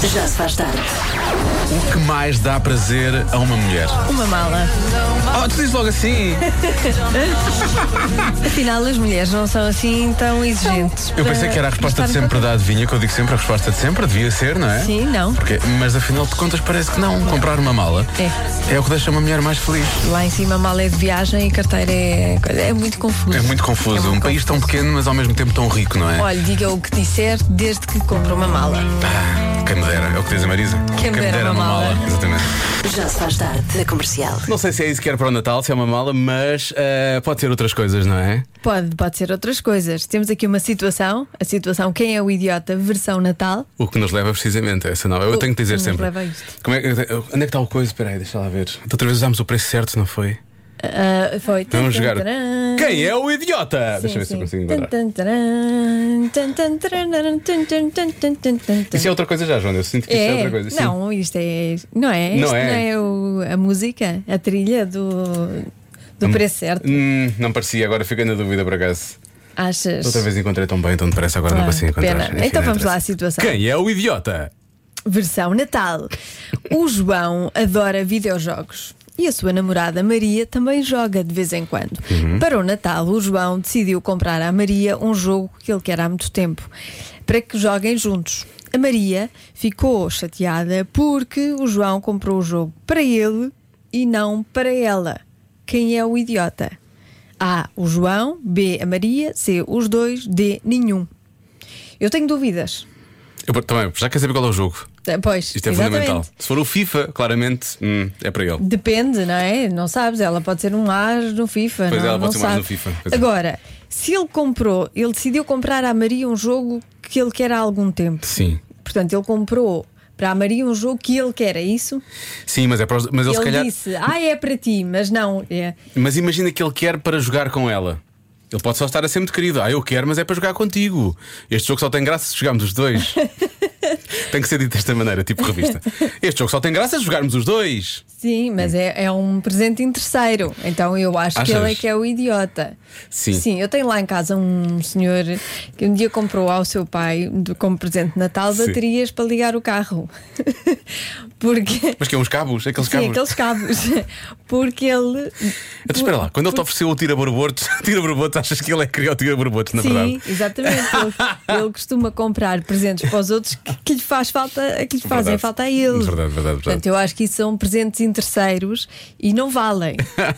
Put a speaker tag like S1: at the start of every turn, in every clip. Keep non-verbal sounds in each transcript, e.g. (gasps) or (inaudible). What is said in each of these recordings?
S1: Já se faz tarde.
S2: O que mais dá prazer a uma mulher?
S3: Uma mala.
S2: Oh, tu dizes logo assim.
S3: Afinal, as mulheres não são assim tão exigentes.
S2: Eu pensei que era a resposta de sempre da adivinha, que eu digo sempre a resposta de sempre, devia ser, não é?
S3: Sim, não.
S2: Porque, mas afinal de contas parece que não. Comprar uma mala
S3: É.
S2: é o que deixa uma mulher mais feliz.
S3: Lá em cima, a mala é de viagem e a carteira é. É muito confuso.
S2: É muito confuso.
S3: É
S2: um
S3: muito
S2: país tão pequeno, mas ao mesmo tempo tão rico, não é?
S3: Olha, diga o que disser desde que compre uma mala.
S1: Hum,
S2: Ah, quem me dera, é o que diz a Marisa.
S3: Quem me dera uma mala.
S2: Exatamente.
S1: Já se faz tarde na comercial.
S2: Não sei se é isso que era para o Natal, se é uma mala, mas eh, pode ser outras coisas, não é?
S3: Pode, pode ser outras coisas. Temos aqui uma situação, a situação Quem é o Idiota, versão Natal.
S2: O que nos leva precisamente a essa nova. Eu
S3: O
S2: tenho que dizer
S3: que nos
S2: sempre.
S3: leva a isto.
S2: Como é, que- onde é que está o coisa? Espera aí, deixa lá ver. Da Outra vez usámos o preço certo, não foi?
S3: Ah, foi.
S2: Vamos jogar.
S3: Tantarã.
S2: Quem é o idiota?
S3: Ah. Sim,
S2: Deixa eu ver se eu
S3: sim.
S2: consigo encontrar.
S3: Tantarã, tantarã, tantarã.
S2: Isso é outra coisa já, João. Eu sinto que isto é, outra coisa. Sim.
S3: Não, isto é. Não é?
S2: Não
S3: isto
S2: é.
S3: não é o- a música, a trilha do, do preço certo.
S2: Hum, não parecia, agora fiquei na dúvida por acaso.
S3: Achas?
S2: Outra vez encontrei tão bem, tão depressa, agora não
S3: Ah,
S2: consigo encontrar.
S3: pena.
S2: Enfim,
S3: Então
S2: não
S3: vamos
S2: interessa.
S3: lá à situação.
S2: Quem é o idiota?
S3: Versão Natal. O João adora videojogos. E a sua namorada Maria também joga de vez em quando.
S2: Uhum.
S3: Para o Natal, o João decidiu comprar à Maria um jogo que ele quer há muito tempo, para que joguem juntos. A Maria ficou chateada porque o João comprou o jogo para ele e não para ela. Quem é o idiota? A. O João. B. A Maria. C. Os dois. D. Nenhum. Eu tenho dúvidas.
S2: Eu também, já quer saber qual é o jogo.
S3: Eh, Pois,
S2: Isto é
S3: exatamente.
S2: fundamental. Se for o FIFA, claramente, hum, é para ele.
S3: Depende, não é? Não sabes, ela pode ser um as no FIFA.
S2: Pois
S3: não,
S2: ela
S3: não
S2: pode ser um as
S3: sabe.
S2: no FIFA, pois é.
S3: Agora, se ele comprou, ele decidiu comprar à Maria um jogo que ele quer há algum tempo.
S2: Sim.
S3: Portanto, ele comprou para a Maria um jogo que ele quer, é isso?
S2: Sim, mas é para os- mas ele,
S3: ele
S2: se calhar.
S3: disse, ah, é para ti, mas não. É.
S2: Mas imagina que ele quer para jogar com ela. Ele pode só estar a ser muito querido. Ah, eu quero, mas é para jogar contigo. Este jogo só tem graça se jogarmos os
S3: (laughs)
S2: dois. tem que ser dito desta maneira, tipo revista. Este jogo só tem graça se jogarmos os dois.
S3: Sim, mas é, é um presente em terceiro. Então eu acho que
S2: Achas?
S3: ele é que é o idiota.
S2: Sim.
S3: Sim, eu tenho lá em casa um senhor que um dia comprou ao seu pai, de- como presente de Natal,
S2: Sim.
S3: baterias para ligar o carro. (laughs) Porque.
S2: Mas que é uns cabos? Aqueles
S3: Sim,
S2: cabos.
S3: aqueles cabos. (laughs) Porque ele.
S2: Então, espera lá, quando ele te ofereceu o (laughs) tira-borbotos, tira-borbotos, achas que ele é que queria o tira-borbotos, na
S3: Sim,
S2: verdade?
S3: exatamente. Ele, ele costuma comprar presentes para os outros que, que lhe faz falta, que lhe fazem
S2: Verdade.
S3: falta a ele.
S2: Verdade, verdade, verdade.
S3: Portanto, tipo- eu acho que isso são presentes em terceiros e não
S2: (laughs)
S3: valem.
S2: (laughs)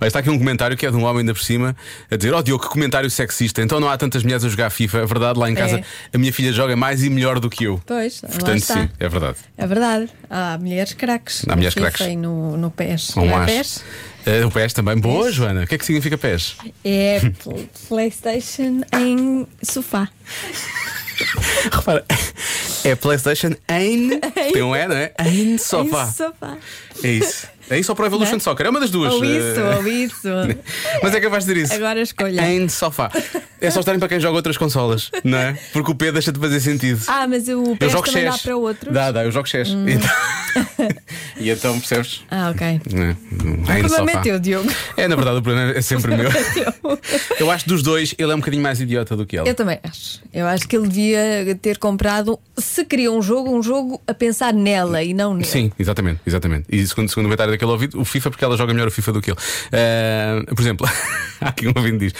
S2: Olha, está aqui um comentário que é de um homem ainda por cima a dizer: Ó Diogo, que comentário sexista. Então não há tantas mulheres a jogar FIFA. É verdade, lá em casa
S3: É.
S2: a minha filha joga mais e melhor do que eu.
S3: Pois, lá
S2: Portanto,
S3: está.
S2: sim, é verdade.
S3: É verdade. Há mulheres craques.
S2: Há mulheres
S3: no FIFA
S2: craques.
S3: e No, no PES.
S2: Um
S3: Não é
S2: as.
S3: PES?
S2: Eh, o PES também. Boa, Joana. O que é que significa PES?
S3: É pl- PlayStation em sofá.
S2: (laughs) Repara, é PlayStation Ain. Tem um E, não é? Ain
S3: Em
S2: Sofá.
S3: sofá.
S2: É isso. É isso ou Pro Evolution
S3: Não é?
S2: Soccer? É uma das duas.
S3: Ou isso,
S2: Eh,
S3: ou isso.
S2: (laughs) Mas é capaz de dizer isso.
S3: Agora escolha.
S2: Ain Sofá. É só estarem para quem joga outras consolas, não é? Porque o P deixa de fazer sentido.
S3: Ah, mas o
S2: Eu
S3: PES
S2: jogo
S3: também
S2: chess.
S3: dá para outros. Hum.
S2: Dá, dá, eu jogo chess.
S3: (laughs)
S2: Então- e então percebes?
S3: Ah, ok. O
S2: É, é no
S3: problema
S2: sofá.
S3: é teu, Diogo.
S2: É, na verdade, o problema é
S3: (laughs)
S2: sempre meu. Eu acho que dos dois, ele é um bocadinho mais idiota do que ela.
S3: Eu também acho. Eu acho que ele devia ter comprado, se queria um jogo, um jogo a pensar nela e não nele.
S2: Sim, exatamente, exatamente. E segundo, segundo o comentário daquele ouvido, o FIFA, porque ela joga melhor o FIFA do que ele. Ah, por exemplo, (laughs) há aqui um ouvido que diz: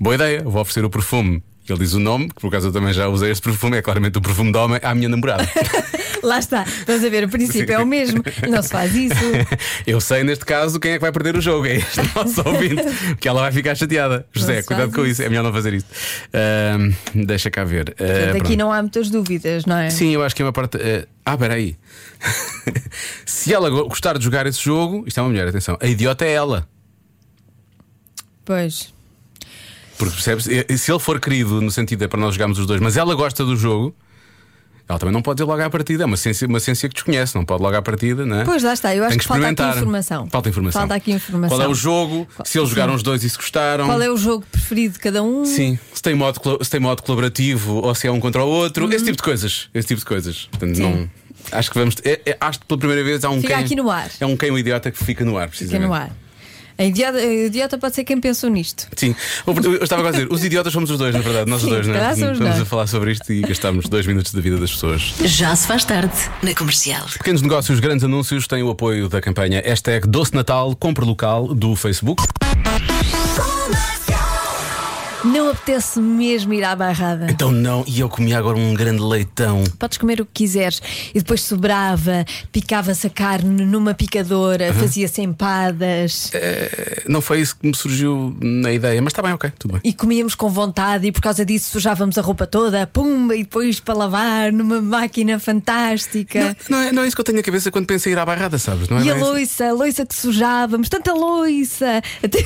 S2: Boa ideia, vou oferecer o perfume. Ele diz o nome, que por acaso eu também já usei este perfume, é claramente o perfume de homem à
S3: (laughs)
S2: minha namorada.
S3: Lá está. Estás a ver, o princípio é o mesmo. Não se faz isso.
S2: (laughs) Eu sei neste caso quem é que vai perder o jogo, é este nosso
S3: (laughs)
S2: ouvinte, porque ela vai ficar chateada. José,
S3: Não se
S2: cuidado
S3: faz
S2: com
S3: isso.
S2: isso, é melhor não fazer isso. Ahm, deixa cá ver. Ah,
S3: Portanto, aqui
S2: pronto.
S3: não há muitas dúvidas, não é?
S2: Sim, eu acho que é uma parte. ah, ah, peraí. (laughs) Se ela go- gostar de jogar esse jogo, isto é uma mulher, atenção, a idiota é ela.
S3: Pois.
S2: Porque percebes? E- Se ele for querido, no sentido é para nós jogarmos os dois, mas ela gosta do jogo, ela também não pode ir logo à partida. É uma ciência, uma ciência que desconhece, não pode logo à partida, não é?
S3: Pois lá está, eu acho
S2: Tem
S3: que falta aqui
S2: experimentar.
S3: informação.
S2: Falta informação.
S3: Falta aqui informação.
S2: Qual é o jogo?
S3: Qual-
S2: Se eles
S3: sim.
S2: jogaram os dois e se gostaram.
S3: Qual é o jogo preferido de cada um?
S2: Sim, se tem, modo, colo- se tem modo colaborativo ou se é um contra o outro, esse tipo de coisas. Esse tipo de coisas. Portanto, não. Acho que vamos. é- é- acho que pela primeira vez há um
S3: Fica
S2: quem-
S3: aqui no ar.
S2: É um quem o idiota que fica no ar,
S3: Fica
S2: precisamente.
S3: no ar. A idiota, a idiota pode ser quem pensou nisto.
S2: Sim, eu estava quase a dizer, os idiotas somos os dois, na verdade, nós os
S3: Sim,
S2: dois, não é?
S3: calhar somos
S2: Estamos
S3: nós.
S2: a falar sobre isto e gastámos dois minutos da vida das pessoas.
S1: Já se faz tarde na comercial.
S2: Pequenos negócios, grandes anúncios têm o apoio da campanha hashtag Doce Natal, compra local do Facebook.
S3: Não apetece mesmo ir à barrada.
S2: Então não, e eu comi agora um grande leitão.
S3: Podes comer o que quiseres. E depois sobrava, picava-se a carne numa picadora, fazia-se empadas.
S2: Não foi isso que me surgiu na ideia, mas está bem, ok, tudo bem.
S3: E comíamos com vontade, e por causa disso sujávamos a roupa toda, pumba, e depois para lavar numa máquina fantástica.
S2: Não, não é, não é isso que eu tenho na cabeça quando penso em ir à barrada, sabes? Não é
S3: E a
S2: bem isso.
S3: loiça, a loiça que sujávamos, tanta loiça! Até...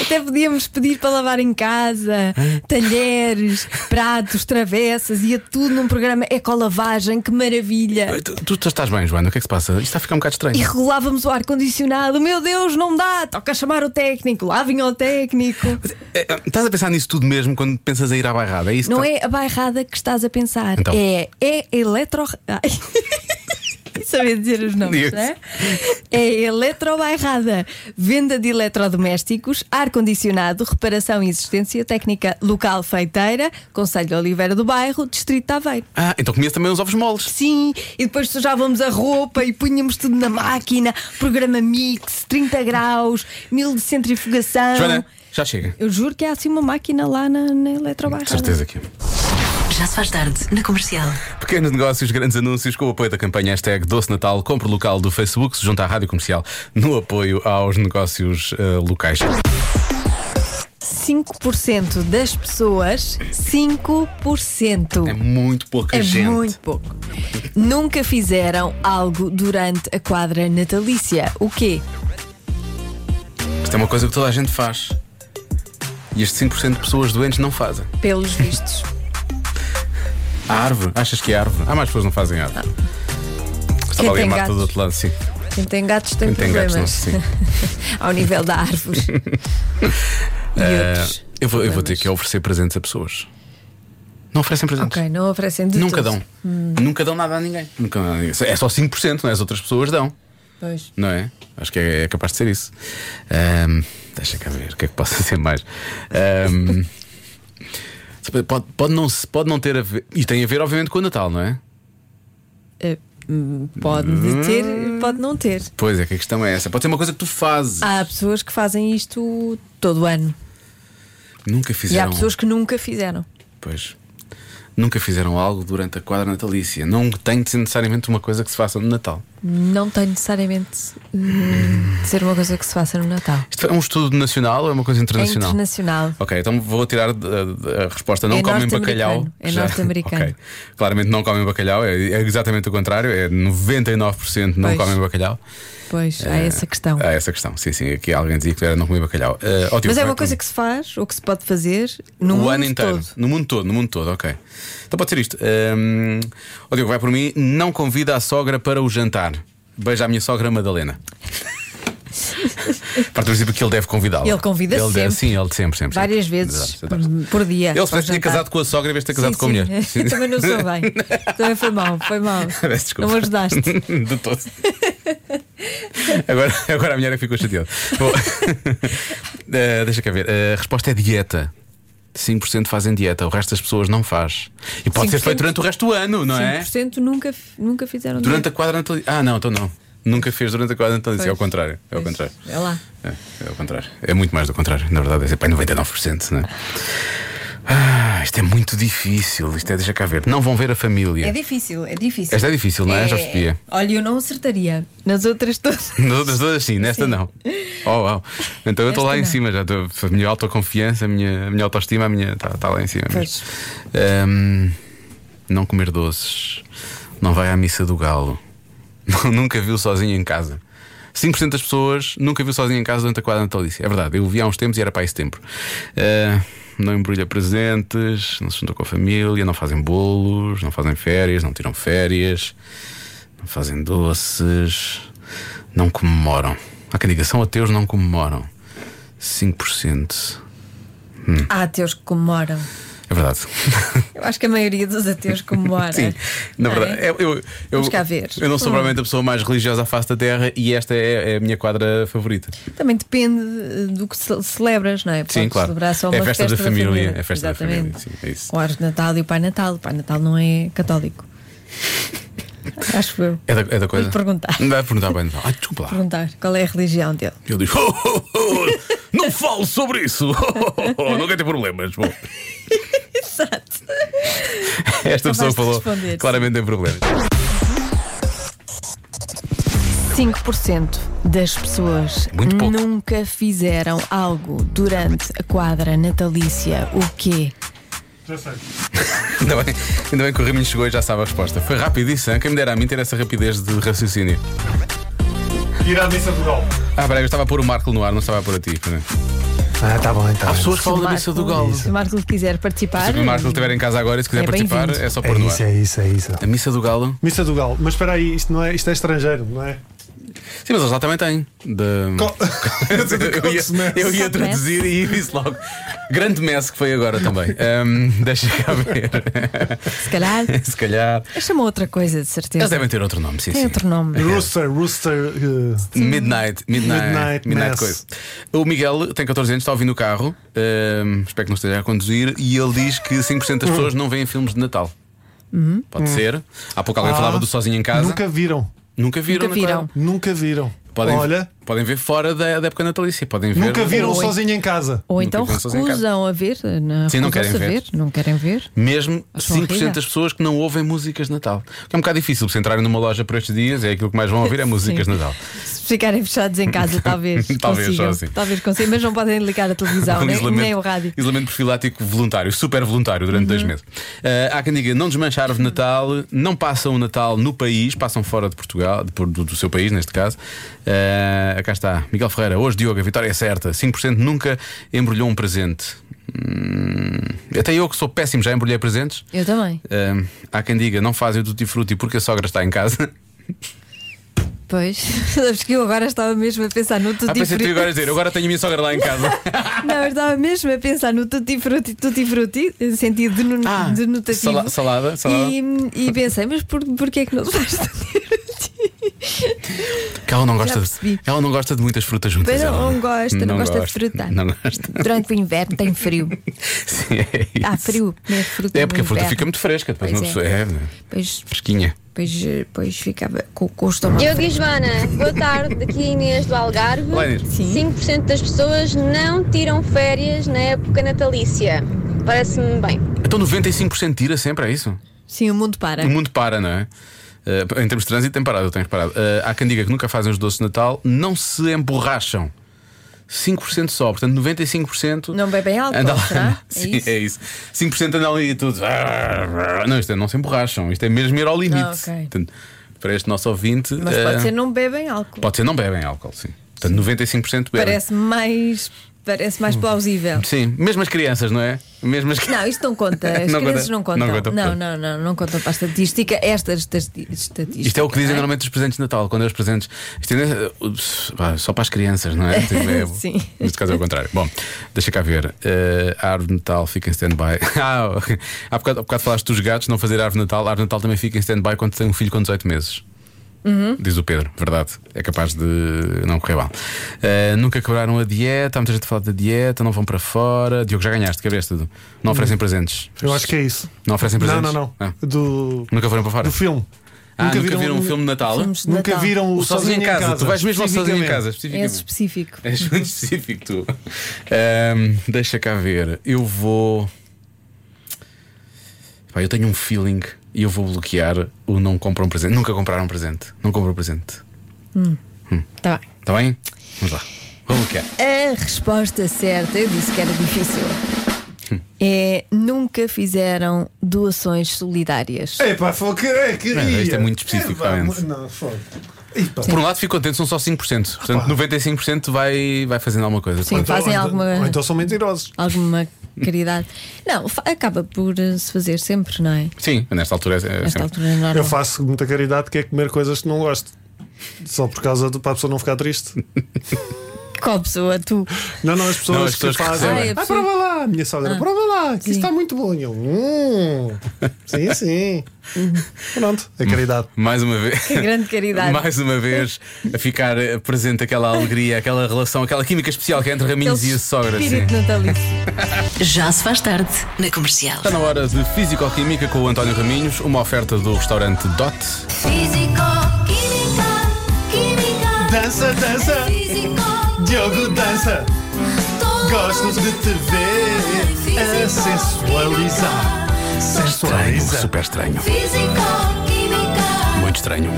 S3: Até podíamos pedir para lavar em casa, talheres, pratos, travessas, ia tudo num programa ecolavagem, que maravilha!
S2: Tu, tu- tu estás bem, Joana, o que é que se passa? Isto está a ficar um bocado
S3: E
S2: estranho.
S3: regulávamos o ar-condicionado, meu Deus, não dá, toca chamar o técnico, lá vinha o técnico.
S2: É, é, Estás a pensar nisso tudo mesmo quando pensas em ir à barrada, é isso? que
S3: Não
S2: tá-
S3: é a bairrada que estás a pensar,
S2: Então.
S3: é, é eletro. Ai. (laughs) Sabia dizer os nomes,
S2: Diga-se.
S3: não é? É Eletrobairrada. Venda de eletrodomésticos, ar-condicionado, reparação e existência, técnica local feiteira, Conselho Oliveira do Bairro, Distrito de Aveiro.
S2: Ah, então comias também os ovos moles.
S3: Sim, e depois sujávamos a roupa e punhamos tudo na máquina, programa mix, 30 graus, mil de centrifugação.
S2: Joana, já chega.
S3: Eu juro que há assim uma máquina lá na, na
S2: De
S3: Eletrobairrada.
S2: certeza que é.
S1: Já se faz tarde na comercial.
S2: Pequenos negócios, grandes anúncios, com o apoio da campanha hashtag Doce Natal, compre local do Facebook, se junta à Rádio Comercial no apoio aos negócios eh, locais.
S3: 5% das pessoas, 5%.
S2: É muito pouca
S3: É
S2: gente.
S3: muito pouco. Nunca fizeram algo durante a quadra natalícia. O quê?
S2: Isto é uma coisa que toda a gente faz. E estes 5% de pessoas doentes não fazem.
S3: Pelos vistos.
S2: A árvore? Achas que é árvore? Há mais pessoas que não fazem árvore.
S3: Quem
S2: Estava ali a
S3: Ah. tem
S2: mata do
S3: gatos?
S2: outro lado, sim.
S3: Quem tem gatos tem
S2: Quem tem
S3: problemas.
S2: gatos, não, sim.
S3: (laughs) Ao nível da
S2: (laughs)
S3: árvore. e outros.
S2: Eh, eu, vou, eu vou ter
S3: problemas.
S2: que oferecer presentes a pessoas. Não oferecem presentes.
S3: Ok, Hum. não oferecem de
S2: Nunca
S3: tudo.
S2: dão. Nunca dão nada a ninguém. Nunca dão nada a ninguém. É só 5%, não é? As outras pessoas dão,
S3: Pois.
S2: não é? Acho que é, é capaz de ser isso. Ahm, deixa cá ver o que é que (laughs) possa ser mais. Ahm, pode, pode, não, se- pode não ter a ver. E tem a ver, obviamente, com o Natal, não é?
S3: Eh, hum, Pode ter, pode não ter.
S2: Pois é, que a questão é essa. Pode ser uma coisa que tu fazes.
S3: Há pessoas que fazem isto todo o ano.
S2: Nunca
S3: E há
S2: fizeram.
S3: pessoas que nunca fizeram.
S2: Pois. Nunca fizeram algo durante a quadra natalícia. Não tem de ser necessariamente uma coisa que se faça no Natal.
S3: Não tem necessariamente hum, de ser uma coisa que se faça no Natal.
S2: Isto é um estudo nacional ou é uma coisa
S3: É
S2: internacional?
S3: internacional.
S2: Ok, então vou tirar a, a resposta. Não
S3: É
S2: comem
S3: norte-americano.
S2: bacalhau.
S3: É
S2: Já- (laughs)
S3: norte-americano.
S2: Ok. Claramente não comem bacalhau, é, é exatamente o contrário, é 99% não
S3: Pois.
S2: comem bacalhau.
S3: Pois, há
S2: É,
S3: essa questão.
S2: Há essa questão, sim, sim. Aqui alguém dizia que era não comer bacalhau. Eh, ótimo,
S3: Mas é uma
S2: vai-
S3: coisa que se faz ou que se pode fazer no
S2: o
S3: mundo
S2: ano inteiro.
S3: todo.
S2: No mundo todo, no mundo todo, ok. Então pode ser isto. Hum, ó Diogo, vai por mim, não convida a sogra para o jantar. Beija a minha
S3: (laughs)
S2: sogra Madalena. Para do princípio que ele deve convidá-la.
S3: Ele convida
S2: ele
S3: sempre.
S2: Deve, sim, ele sempre, sempre.
S3: Várias
S2: sempre.
S3: vezes
S2: Exato, exato.
S3: por- por dia.
S2: Ele se
S3: ao
S2: tivesse tinha
S3: jantar.
S2: casado com a sogra em vez de ter casado
S3: Sim,
S2: com a
S3: sim. (laughs)
S2: mulher. Sim.
S3: Também não sou bem.
S2: (laughs)
S3: Também foi mal, foi mal.
S2: Peço desculpa.
S3: Não me
S2: (laughs)
S3: ajudaste.
S2: De todo. Agora, agora a mulher é que ficou chateada. Bom, (laughs) eh, deixa cá ver. Eh, a resposta é dieta. 5% fazem dieta, o resto das pessoas não faz. E pode
S3: 5%?
S2: ser feito durante o resto do ano, não é?
S3: 5% nunca, nunca fizeram
S2: Durante a quadra natalícia. Ah, não, então não. Nunca fez durante a quadra natalícia. É ao
S3: Pois.
S2: contrário. É ao
S3: Pois,
S2: contrário.
S3: É lá.
S2: É, é ao contrário. É muito mais do contrário, na verdade. É sempre 99%, não é? Ah, isto é muito difícil. Isto é, deixa cá ver. Não vão ver a família.
S3: É difícil, é difícil.
S2: Esta é difícil, não é? Já percebi.
S3: Olha, eu não acertaria. Nas outras todas.
S2: (laughs) Nas outras todas sim, nesta não. Oh, uau. Então eu
S3: Nesta
S2: estou lá em
S3: não.
S2: cima, já estou. A minha autoconfiança, a minha, a minha autoestima, a minha. Está lá em cima.
S3: Pois.
S2: mesmo. Ahm, não comer doces. Não vai à missa do galo. (laughs) Não- nunca viu sozinho em casa. 5% das pessoas nunca viu sozinho em casa durante a quadra natalícia. É verdade, eu vi há uns tempos e era para esse tempo. Ah, não embrulha presentes, não se juntou com a família, não fazem bolos, não fazem férias, não tiram férias não fazem doces, não comemoram. Há quem diga, são ateus, não comemoram. 5%. Hum.
S3: Há ateus que comemoram.
S2: É verdade.
S3: Eu acho que a maioria dos ateus comemora.
S2: Sim, na
S3: Não é?
S2: verdade. Eu, eu, eu,
S3: Vamos cá ver.
S2: eu não sou
S3: Hum.
S2: provavelmente a pessoa mais religiosa à face da Terra e esta é, é a minha quadra favorita.
S3: Também depende eh, do que ce- celebras, não é? Podes
S2: Sim, claro.
S3: celebrar só
S2: É
S3: uma
S2: a festa da família, é a
S3: a
S2: festa da família, sim, é isso.
S3: O Ars de Natal e o Pai Natal. O Pai Natal não é católico.
S2: (laughs)
S3: Acho eu.
S2: É da, é da coisa.
S3: Vou-lhe perguntar.
S2: Não dá para perguntar bem, não. Ah, desculpa lá.
S3: Perguntar qual é a religião dele.
S2: Ele diz: "Oh, oh, oh, (laughs) não falo sobre isso. (laughs) Oh, oh, oh, não quero ter problemas. Bom,
S3: (laughs) Exato.
S2: esta
S3: Acabaste
S2: pessoa
S3: de
S2: falou
S3: responder.
S2: claramente tem problemas.
S3: 5% das pessoas
S2: Muito pouco.
S3: nunca fizeram algo durante a quadra natalícia. O quê?
S2: Ainda bem, ainda bem que o Raminho chegou e já sabe a resposta. Foi rapidíssimo. Quem me dera a mim ter essa rapidez de raciocínio.
S4: Ir à missa rural.
S2: Ah, peraí, eu estava a pôr o Marco no ar, não estava a pôr a ti. né? peraí.
S4: Ah, tá bom então.
S2: Há pessoas que falam da
S3: Marco-
S2: missa do Galo.
S3: Se o Marco quiser participar.
S2: Se o Marco estiver em casa agora e se quiser
S3: É
S2: participar,
S3: bem-vindo.
S2: é só
S4: É
S2: pôr no
S4: isso,
S2: ar.
S4: é isso, é isso.
S2: A missa do Galo.
S4: Missa do Galo. Mas espera aí, isto, não é, isto é estrangeiro, não é?
S2: Sim, mas eles lá também têm. De...
S4: (laughs)
S2: (laughs) eu, ia, eu ia traduzir e (laughs) disse logo. Grande mess que foi agora também. Ahm, (laughs) deixa cá ver.
S3: Se calhar.
S2: (laughs) se calhar.
S3: Chama outra coisa, de certeza.
S2: Eles devem ter outro nome, sim,
S3: Tem
S2: sim.
S3: outro nome.
S4: Rooster, Rooster. uh,
S2: Midnight, midnight, midnight,
S4: Midnight
S2: coisa.
S4: Mass.
S2: O Miguel tem 14 anos, está a ouvir no carro, ahm, espero que não esteja a conduzir, e ele diz que 5% das pessoas não veem filmes de Natal. Pode ser. Há pouco alguém
S4: Hum. Ah,
S2: falava do sozinho em casa.
S4: Nunca viram.
S2: Nunca
S3: Nunca
S2: viram. não é
S3: viram.
S2: claro?
S4: Nunca viram.
S2: Podem,
S4: Olha,
S2: podem ver um fora da, da época natalícia. Podem ver.
S4: nunca viram
S3: Oi.
S4: sozinho em casa.
S3: Ou
S2: Nunca
S3: então
S2: viram sozinho em casa.
S3: recusam a ver. Não,
S2: Sim, não
S3: recusam-se
S2: querem
S3: a
S2: ver.
S3: Não querem ver.
S2: Mesmo
S3: Acham
S2: 5%
S3: horrível.
S2: das pessoas que não ouvem músicas de Natal. Que é um bocado difícil, se entrarem numa loja por estes dias, é aquilo que mais vão ouvir é músicas
S3: (laughs)
S2: de
S3: Sim.
S2: Natal.
S3: Se ficarem fechados em
S2: (laughs)
S3: casa, talvez.
S2: Talvez,
S3: consigam,
S2: só assim.
S3: Talvez consigam, mas não podem ligar a
S2: (laughs)
S3: televisão,
S2: Um
S3: nem,
S2: isolamento,
S3: nem o rádio. Uhum.
S2: isolamento profilático voluntário, super voluntário durante dois meses. Ah, há quem diga: não desmancha a árvore de Natal, não passam o Natal no país, passam fora de Portugal, de- do, do seu país, neste caso. Ah, cá está, Miguel Ferreira, hoje Diogo, a vitória é certa. 5% nunca embrulhou um presente. Hum, até eu que sou péssimo, já embrulhei presentes.
S3: Eu também.
S2: Ah, há quem diga: não fazem o tutti frutti porque a sogra está em casa.
S3: Pois. (laughs) Sabes que eu agora estava mesmo a pensar no
S2: (laughs) Ah,
S3: Tutti
S2: pensei que tu
S3: Frutti.
S2: agora a dizer: eu agora tenho a minha sogra lá em casa.
S3: Não, eu estava mesmo a pensar no Tutti Frutti, Tutti Frutti, em sentido (laughs) de, nu-
S2: Ah,
S3: de notativo.
S2: sala- salada, salada.
S3: E, e pensei, mas por, porquê é que não (laughs) se faz Tutti Frutti?
S2: Que ela não gosta de,
S3: percebi.
S2: ela não gosta de muitas frutas juntas.
S3: Mas
S2: ela
S3: não, não gosta, não, gosta, de fruta.
S2: é. Não gosta. (laughs)
S3: Durante o inverno tem frio.
S2: Sim, é isso.
S3: Há frio, né? Fruta
S2: É
S3: no
S2: porque a fruta
S3: inverno.
S2: fica muito fresca, depois
S3: Pois é.
S2: uma pessoa é, né?
S3: Pois,
S2: fresquinha.
S3: pois, pois ficava com, com o estômago.
S5: Diogo e Joana, boa tarde, aqui Inês do Algarve.
S2: Olá, Inês.
S3: Sim.
S5: 5% das pessoas não tiram férias na época natalícia. Parece-me bem.
S2: Então 95% tira sempre, é isso?
S3: Sim, o mundo para.
S2: O mundo para, não é? Eh, em termos de trânsito, tem parado, eu tenho reparado. Eh, há quem diga que nunca fazem os doces de Natal, não se emborracham. 5% só, portanto 95%
S3: Não bebem álcool,
S2: anda lá-
S3: será? É
S2: (laughs) Sim,
S3: isso?
S2: é isso. 5% andam ali e tudo. Não, isto é, não se emborracham, isto é mesmo ir ao limite.
S3: Ah, ok.
S2: Portanto, para este nosso ouvinte.
S3: Mas
S2: eh,
S3: pode ser não bebem álcool.
S2: Pode ser, não bebem álcool, sim. Portanto, 95% bebem.
S3: Parece mais, parece mais plausível.
S2: Sim, mesmo as crianças, não é? Mesmo as...
S3: Não, isto não conta. As
S2: (laughs) Não
S3: crianças
S2: conta.
S3: não contam.
S2: Não conta,
S3: não,
S2: portanto.
S3: não, não, não contam para a estatística. Esta esta- estatística.
S2: Isto é o que dizem
S3: não
S2: normalmente os presentes de Natal, quando é os presentes. Isto é, uh, pá, só para as crianças, não (laughs) é? Tipo, é-
S3: Sim.
S2: Neste caso é o contrário. Bom, deixa cá ver. Eh, a árvore de Natal fica em stand-by. (laughs) Ah, ok. há, bocado, há bocado falaste dos gatos, não fazer árvore de Natal. A árvore de Natal também fica em stand-by quando tem um filho com 18 meses. Diz o Pedro, verdade. É capaz de não correr mal. Eh, nunca quebraram a dieta, há muita gente a falar da dieta, não vão para fora. Diogo, já ganhaste, cabeça. Dudu. Não oferecem presentes.
S4: Eu acho que é isso.
S2: Não oferecem
S4: Não,
S2: presentes?
S4: não, não.
S2: Ah.
S4: Do,
S2: Nunca foram para fora?
S4: do filme.
S2: Ah, nunca, viram, um filme de Natal?
S3: Filmes de
S4: Nunca
S3: Natal.
S4: viram o
S2: O sozinho em casa. Tu vais mesmo ao sozinho em casa,
S3: É esse
S2: especificamente.
S3: específico.
S2: (laughs) És muito específico tu. Ahm, deixa cá ver. Eu vou. Pá, eu tenho um feeling e eu vou bloquear o não comprar um presente. Nunca compraram um presente. Não compram um presente.
S3: Tá bem.
S2: Está bem? Vamos lá. Vou bloquear.
S3: A resposta certa, eu disse que era difícil.
S2: Hum.
S3: É nunca fizeram doações solidárias.
S4: Epá, foi que é, que
S2: Não, isto é muito específico, realmente.
S4: Não, foi. Epá.
S2: Por um lado, fico contente, são só 5%. Portanto, 95% vai, vai fazendo alguma coisa.
S3: Sim. tá.
S2: Pronto.
S3: Fazem
S4: Ou então-
S3: alguma-
S4: Ou então são mentirosos.
S3: Alguma caridade. Não, fa- acaba por eh, se fazer sempre, não é?
S2: Sim, nesta altura é- é
S3: Nesta
S2: sempre.
S3: altura é normal.
S4: Eu faço muita caridade que é comer coisas que não gosto. Só por causa de para a pessoa não ficar triste.
S3: Qual pessoa tu?
S4: Não, não, as pessoas,
S2: Não, as pessoas
S4: que
S2: que
S4: fazem.
S2: recebem.
S3: Ah, é
S4: ah,
S3: possível.
S4: prova lá, minha sogra, prova lá, que
S3: Ah. Sim.
S4: isso está muito bom. E eu,
S2: (laughs)
S4: hum, sim, sim. Hum. Pronto, a caridade.
S2: Mais uma vez.
S3: Que grande caridade.
S2: (laughs) Mais uma vez a ficar eh, presente aquela alegria, aquela relação, aquela química especial que é entre Raminhos e a sogra.
S3: Espírito natalício.
S1: Já se faz tarde na comercial.
S2: Está na hora de Físico-Química com o António Raminhos, uma oferta do restaurante Dot.
S6: Físico, química, química.
S4: Dança, dança,
S6: Físico,
S4: Diogo dança.
S6: todo
S4: Gosto de te ver a sensualizar. Sensualiza.
S2: Super estranho.
S6: Físico, química.
S2: Muito estranho.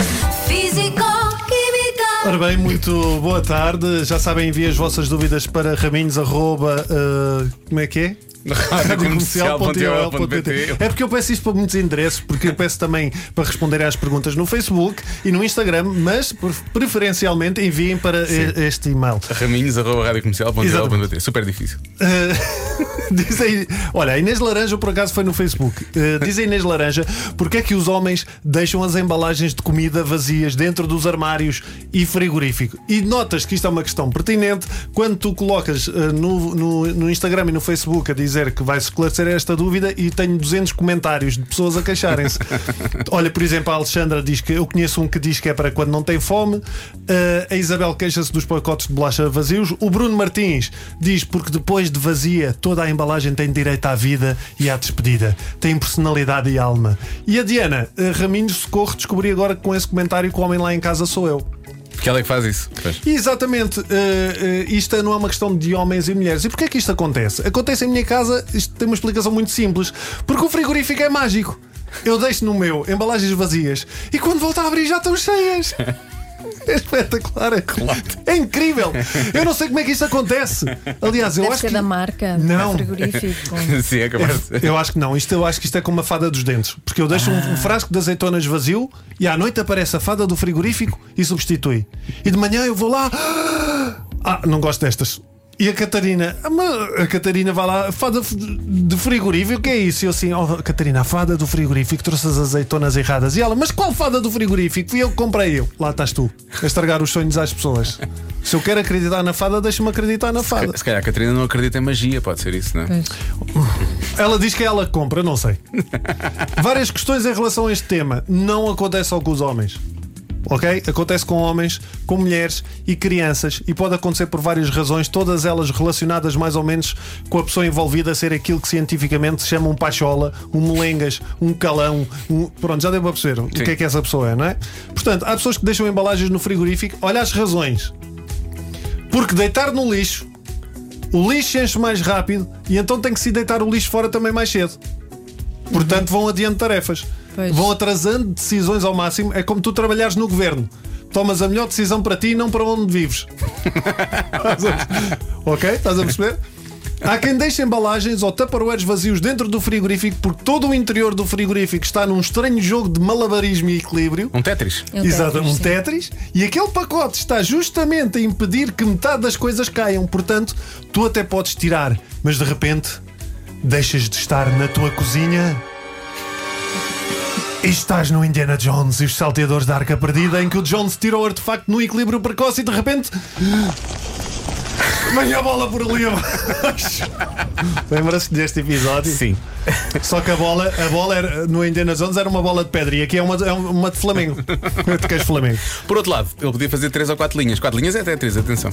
S6: Físico, química.
S4: Ora bem, muito boa tarde. Já sabem, enviem as vossas dúvidas para raminhos. Arroba, ah, como é que é?
S2: Radiocomercial.ol.pt.
S4: É porque eu peço isto para muitos endereços, porque eu peço também para responderem às perguntas no Facebook e no Instagram, mas pre- preferencialmente enviem para e- este e-mail.
S2: Raminhos.radiocomercial.ol.pt. Super difícil.
S4: Eh, (laughs) diz aí, olha, a Inês Laranja, por acaso, foi no Facebook. Eh, diz a Inês Laranja porque é que os homens deixam as embalagens de comida vazias dentro dos armários e frigorífico. E notas que isto é uma questão pertinente quando tu colocas eh, no, no, no Instagram e no Facebook a dizer que vai esclarecer esta dúvida e tenho 200 comentários de pessoas a queixarem-se. olha, por exemplo, a Alexandra diz que eu conheço um que diz que é para quando não tem fome. Eh, a Isabel queixa-se dos pacotes de bolacha vazios. O Bruno Martins diz porque depois de vazia toda a embalagem tem direito à vida e à despedida. Tem personalidade e alma. E a Diana eh, Raminhos Socorro descobri agora com esse comentário que o homem lá em casa sou eu.
S2: Porque ela é que faz isso. Pois. (laughs)
S4: E Exatamente. eh, eh, isto não é uma questão de homens e mulheres. E porquê é que isto acontece? Acontece em minha casa, isto tem uma explicação muito simples. Porque o frigorífico é mágico. Eu deixo no meu embalagens vazias e quando volto a abrir já estão cheias. É espetacular. É, é incrível. Eu não sei como é que isto acontece. Aliás, eu
S3: Deve
S4: acho
S3: ser
S4: que.
S3: da marca, do
S4: Não.
S3: frigorífico.
S2: Sim, é capaz de ser.
S4: (laughs) Eu acho que não, isto, eu acho que isto é como a fada dos dentes. Porque eu deixo um, um frasco de azeitonas vazio e à noite aparece a fada do frigorífico e substitui. E de manhã eu vou lá. (gasps) Ah, não gosto destas. E a Catarina, "Ah, mas a Catarina vai lá, fada f- de frigorífico, o que é isso? E eu assim, oh, Catarina, a fada do frigorífico trouxe as azeitonas erradas. E ela, mas qual fada do frigorífico? Fui eu que comprei eu. Lá estás tu, a estragar os sonhos às pessoas. Se eu quero acreditar na fada, deixa-me acreditar na fada.
S2: Se calhar a Catarina não acredita em magia, pode ser isso, não é?
S4: Ela diz que é ela que compra, não sei. Várias questões em relação a este tema. Não acontece só com os homens. Ok? Acontece com homens, com mulheres e crianças e pode acontecer por várias razões, todas elas relacionadas mais ou menos com a pessoa envolvida a ser aquilo que cientificamente se chama um pachola, um molengas, um calão. Um... Pronto, já deu para perceber o que é que essa pessoa é, não é? Portanto, há pessoas que deixam embalagens no frigorífico. Olha as razões. Porque deitar no lixo o lixo enche mais rápido e então tem que se deitar o lixo fora também mais cedo. Portanto, vão adiando tarefas.
S3: Pois.
S4: Vão atrasando decisões ao máximo. É como tu trabalhares no governo. Tomas a melhor decisão para ti e não para onde vives. Estás a perce- ok? Estás a perceber? Há quem deixe embalagens ou tupperwares vazios dentro do frigorífico porque todo o interior do frigorífico está num estranho jogo de malabarismo e equilíbrio.
S2: Um Tetris.
S3: É um
S4: Exato,
S3: Tetris,
S4: um
S3: sim.
S4: Tetris. E aquele pacote está justamente a impedir que metade das coisas caiam. Portanto, tu até podes tirar, mas de repente deixas de estar na tua cozinha e estás no Indiana Jones e os salteadores da Arca Perdida em que o Jones tira o artefacto no equilíbrio precoce e de repente. Vem a bola por ali abaixo. (laughs) Lembra-se deste episódio?
S2: Sim.
S4: Só que a bola, a bola era, no Indiana Jones era uma bola de pedra e aqui é uma, é uma de Flamengo. É De queijo Flamengo.
S2: Por outro lado, ele podia fazer três ou quatro linhas. Quatro linhas é Tetris, atenção.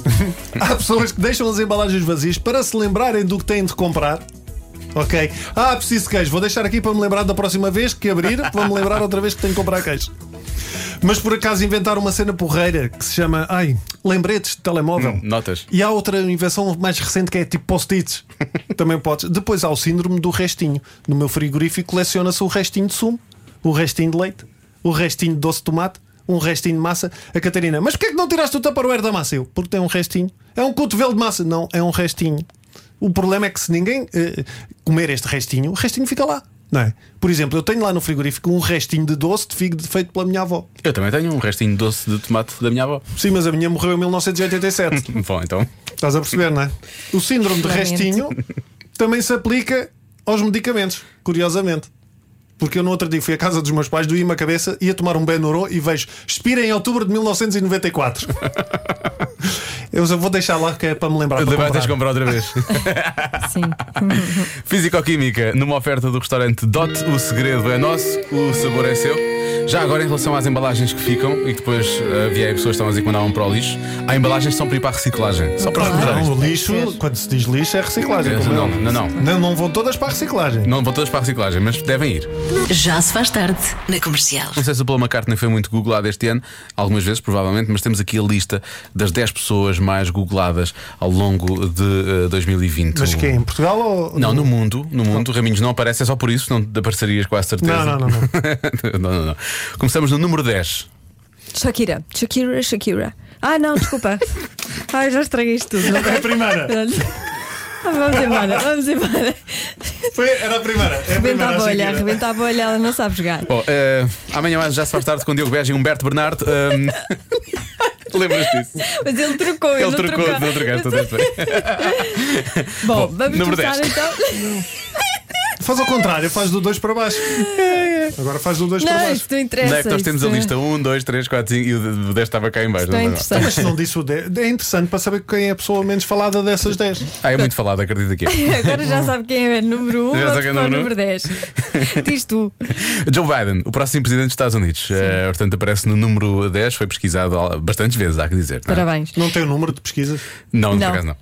S4: Há pessoas que deixam as embalagens vazias para se lembrarem do que têm de comprar. Ok. Ah, preciso de queijo. Vou deixar aqui para me lembrar da próxima vez que abrir, para me lembrar outra vez que tenho que comprar queijo. Mas por acaso inventaram uma cena porreira que se chama Ai, lembretes de telemóvel.
S2: Hum, notas.
S4: E há outra invenção mais recente que é tipo post-its. Também podes. Depois há o síndrome do restinho. No meu frigorífico coleciona-se o restinho de sumo, o restinho de leite, o restinho de doce de tomate, um restinho de massa. A Catarina, mas porquê é que não tiraste o Tupperware da massa? Eu, porque tem um restinho. É um cotovelo de massa. Não, é um restinho. O problema é que se ninguém eh, comer este restinho, o restinho fica lá. Não é? Por exemplo, eu tenho lá no frigorífico um restinho de doce de figo feito pela minha avó.
S2: Eu também tenho um restinho doce de tomate da minha avó.
S4: Sim, mas a minha morreu em 1987.
S2: Bom, então.
S4: Estás a perceber, não é? O síndrome de
S3: Claramente.
S4: restinho também se aplica aos medicamentos, curiosamente. Porque eu no outro dia fui à casa dos meus pais, doí-me a cabeça, ia tomar um Benuron e vejo expira em outubro de 1994. (laughs) Eu só vou deixar lá que é para me lembrar. para
S2: Vai
S4: comprar.
S2: tens de comprar outra (laughs) vez.
S3: Sim.
S2: (laughs) Físico-química, numa oferta do restaurante Dot, o segredo é nosso, o sabor é seu. Já agora, em relação às embalagens que ficam e que depois havia pessoas que estão a dizer que mandavam para o lixo, há embalagens que são para ir para a reciclagem. Só para recordar
S4: Não,
S2: isto.
S4: o lixo, quando se diz lixo, é reciclagem. como
S2: Ah, Não,
S4: eu.
S2: não, não.
S4: Não, não vão todas para a reciclagem.
S2: Não vão todas para a reciclagem, mas devem ir.
S1: Já se faz tarde na comercial.
S2: Não sei se o Paul McCartney foi muito googlado este ano, algumas vezes, provavelmente, mas temos aqui a lista das 10 pessoas mais googladas ao longo de eh, 2020.
S4: Mas que é em Portugal ou.
S2: Não, no mundo, no mundo, Raminhos não aparece, é só por isso, não aparecerias com a certeza.
S4: Não, não, não, não.
S2: (laughs) não, não, não. Começamos no número 10.
S3: Shakira, Shakira, Shakira. Ah, não, desculpa. Ai, já estraguei isto tudo. não
S4: É
S3: é?
S4: a primeira.
S3: Ah, vamos embora, vamos embora.
S4: Foi, era a primeira. É a
S3: Rebenta a
S4: primeira.
S3: bolha,
S4: Shakira.
S3: rebenta a bolha, ela não sabe jogar.
S2: Bom, eh, amanhã mais já se faz tarde com Diogo Beja e Humberto Bernardo. ehm, (laughs) Lembras disso?
S3: Mas ele trocou, ele,
S2: Ele
S3: não
S2: trocou,
S3: trocou.
S2: não trocaste tudo bem.
S3: Bom,
S2: Bom,
S3: vamos
S2: número
S3: começar
S2: 10.
S3: então.
S4: Faz ao contrário, faz do 2
S3: (laughs)
S4: para baixo. Agora faz do 2 para
S3: É, Não,
S4: baixo.
S3: isto não interessa.
S2: Não é que nós temos a
S3: isto-
S2: lista 1, 2, 3, 4, 5 e o 10 estava cá em baixo.
S3: Isto é
S2: não é?
S4: Então, Mas
S3: interessante.
S4: se não disse o 10, é interessante para saber quem é a pessoa menos falada dessas 10.
S2: Ah, é muito falado, acredito que é.
S3: Agora já sabe quem é número 1, um,
S2: Já sabe
S3: vamos
S2: quem é
S3: para o
S2: número um.
S3: número
S2: (laughs)
S3: 10. Diz tu.
S2: Joe Biden, o próximo presidente dos Estados Unidos. Eh, portanto, aparece no número 10, foi pesquisado ah, bastantes vezes, há que dizer. não é?
S3: Parabéns.
S4: Não tem o número de pesquisas.
S2: Não, por
S3: Não.
S2: acaso não.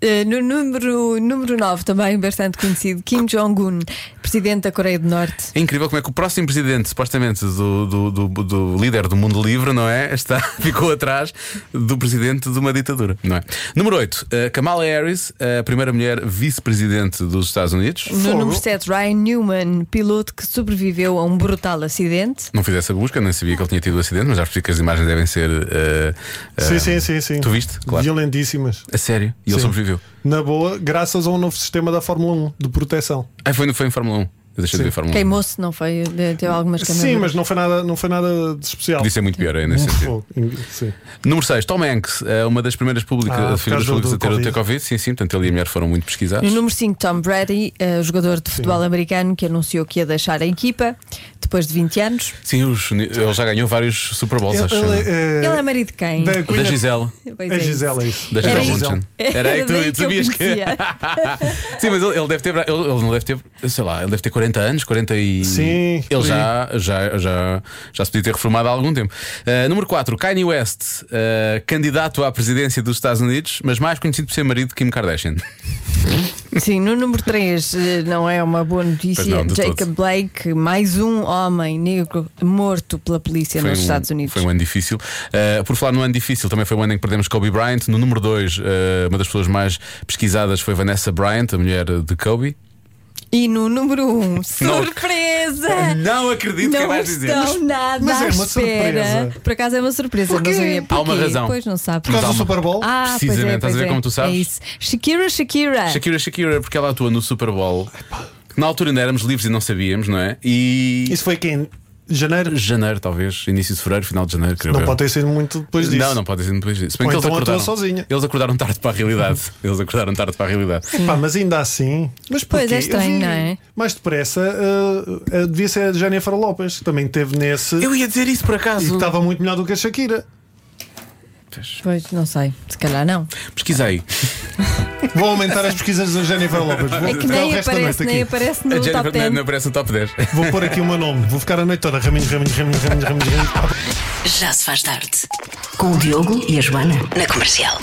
S3: Eh, No número, número 9, também bastante conhecido, Kim Jong-un, presidente da Coreia do Norte.
S2: É incrível como é que o próximo presidente, supostamente, do, do, do, do líder do mundo livre, não é? Está, (laughs) ficou atrás do presidente de uma ditadura, não é? Número 8, Kamala Harris, eh, a primeira mulher vice-presidente dos Estados Unidos.
S3: No
S4: Fogo.
S3: número 7, Ryan Newman, piloto que sobreviveu a um brutal acidente.
S2: Não fiz essa busca, nem sabia que ele tinha tido um acidente, mas já percebi que as imagens devem ser. eh, eh,
S4: Sim, sim, sim, sim.
S2: Tu viste? Claro.
S4: Violentíssimas.
S2: A sério. E ele
S4: Sim.
S2: sobreviveu.
S4: Na boa, graças a um novo sistema da Fórmula 1 de proteção.
S2: Ah, foi, no- foi em Fórmula 1. Eu deixei de ver Fórmula 1.
S3: Queimou-se, não foi? De- Teve algumas queimaduras.
S4: Sim, mas não foi nada, não foi nada de especial.
S2: Podia ser é muito pior né? aí nesse sentido.
S4: Fogo. Sim.
S2: Número 6, Tom Hanks, eh, uma das primeiras pública,
S4: Ah, por
S2: figuras
S4: causa do-
S2: públicas a ter o
S4: do
S2: ter Covid. Sim, sim, portanto ele e a mulher foram muito pesquisados.
S3: No número 5, Tom Brady, eh, jogador de futebol americano que anunciou que ia deixar a equipa depois de 20 anos.
S2: Sim, os- ele já ganhou vários Super Bowls, acho.
S4: Ele- ele é-
S3: Ele é marido de quem?
S4: da
S2: da
S4: Queen-
S2: Gisele.
S3: Pois
S4: A
S3: é isso. (laughs) É
S4: Gisela é isso.
S2: Da
S4: (laughs) Era
S2: Gisele
S4: isso.
S2: Bundchen. Era aí que
S3: daí
S2: tu
S3: eu
S2: sabias que. é.
S3: conhecia.
S2: Sim, mas ele, ele deve ter. Ele, ele não deve ter. Sei lá, ele deve ter 40 anos, 40 e.
S4: Sim,
S2: Ele
S4: por aí.
S2: já, já, já, já se podia ter reformado há algum tempo. Eh, número 4, Kanye West, eh, candidato à presidência dos Estados Unidos, mas mais conhecido por ser marido de Kim Kardashian.
S3: Sim, no número 3 não é uma boa
S2: Pois
S3: notícia.
S2: não, de
S3: Jacob
S2: todo.
S3: Blake, mais um homem negro morto pela polícia nos
S2: um,
S3: Estados Unidos.
S2: Foi um ano difícil. Uh, por falar no ano difícil, também foi o ano em que perdemos Kobe Bryant. No número 2, uma das pessoas mais pesquisadas foi Vanessa Bryant, a mulher de Kobe.
S3: E no número 1,
S2: (laughs)
S3: um, surpresa!
S2: Não acredito que
S3: não
S2: vais dizer.
S3: estão nada
S4: mas é
S3: à
S4: uma
S3: espera.
S4: surpresa.
S3: Por acaso é uma surpresa,
S4: Porquê?
S3: não sabia.
S2: Há uma
S3: Porquê?
S2: razão.
S3: Pois não sabe.
S4: Por causa do
S2: Toma.
S4: Super Bowl?
S3: Ah, pois
S2: Precisamente,
S3: é,
S2: estás a ver
S3: pois é.
S2: como tu sabes?
S3: É isso. Shakira, Shakira.
S2: Shakira Shakira, porque ela atua no Super Bowl. Na altura ainda éramos livres e não sabíamos, não é? E.
S4: Isso foi quem? Janeiro?
S2: Janeiro, talvez, início de fevereiro, final de janeiro, creio
S4: Não
S2: eu.
S4: pode ter sido muito depois disso.
S2: Não, não pode ser depois disso. Se bem
S4: Ou
S2: que eles
S4: então atua
S2: acordaram.
S4: sozinha.
S2: Eles acordaram tarde para a realidade. Eles acordaram tarde para a realidade.
S4: Epá, mas ainda assim. Mas
S3: Pois,
S4: porquê?
S3: é estranho,
S4: Eu vi
S3: não é?
S4: Mais depressa, ah, ah, devia ser a Jennifer Lopes, que também teve nesse.
S2: Eu ia dizer isso por
S4: E que
S2: acaso.
S4: estava muito melhor do que a Shakira.
S3: Pois não sei, se calhar não.
S2: Pesquisei.
S4: Vou aumentar as pesquisas da Jennifer Lopes. Vou
S3: É que
S4: ficar Então, o
S3: nem
S4: resto da noite
S3: aparece, nem
S4: aqui.
S3: aparece
S2: A
S3: no
S2: Jennifer
S3: top 10.
S2: não, não aparece no top 10.
S4: Vou pôr aqui o meu nome. Vou ficar a noite toda. Raminhos, raminhos, raminhos, raminhos, raminhos. raminhos.
S1: Já se faz tarde. Com o Diogo e a Joana na comercial.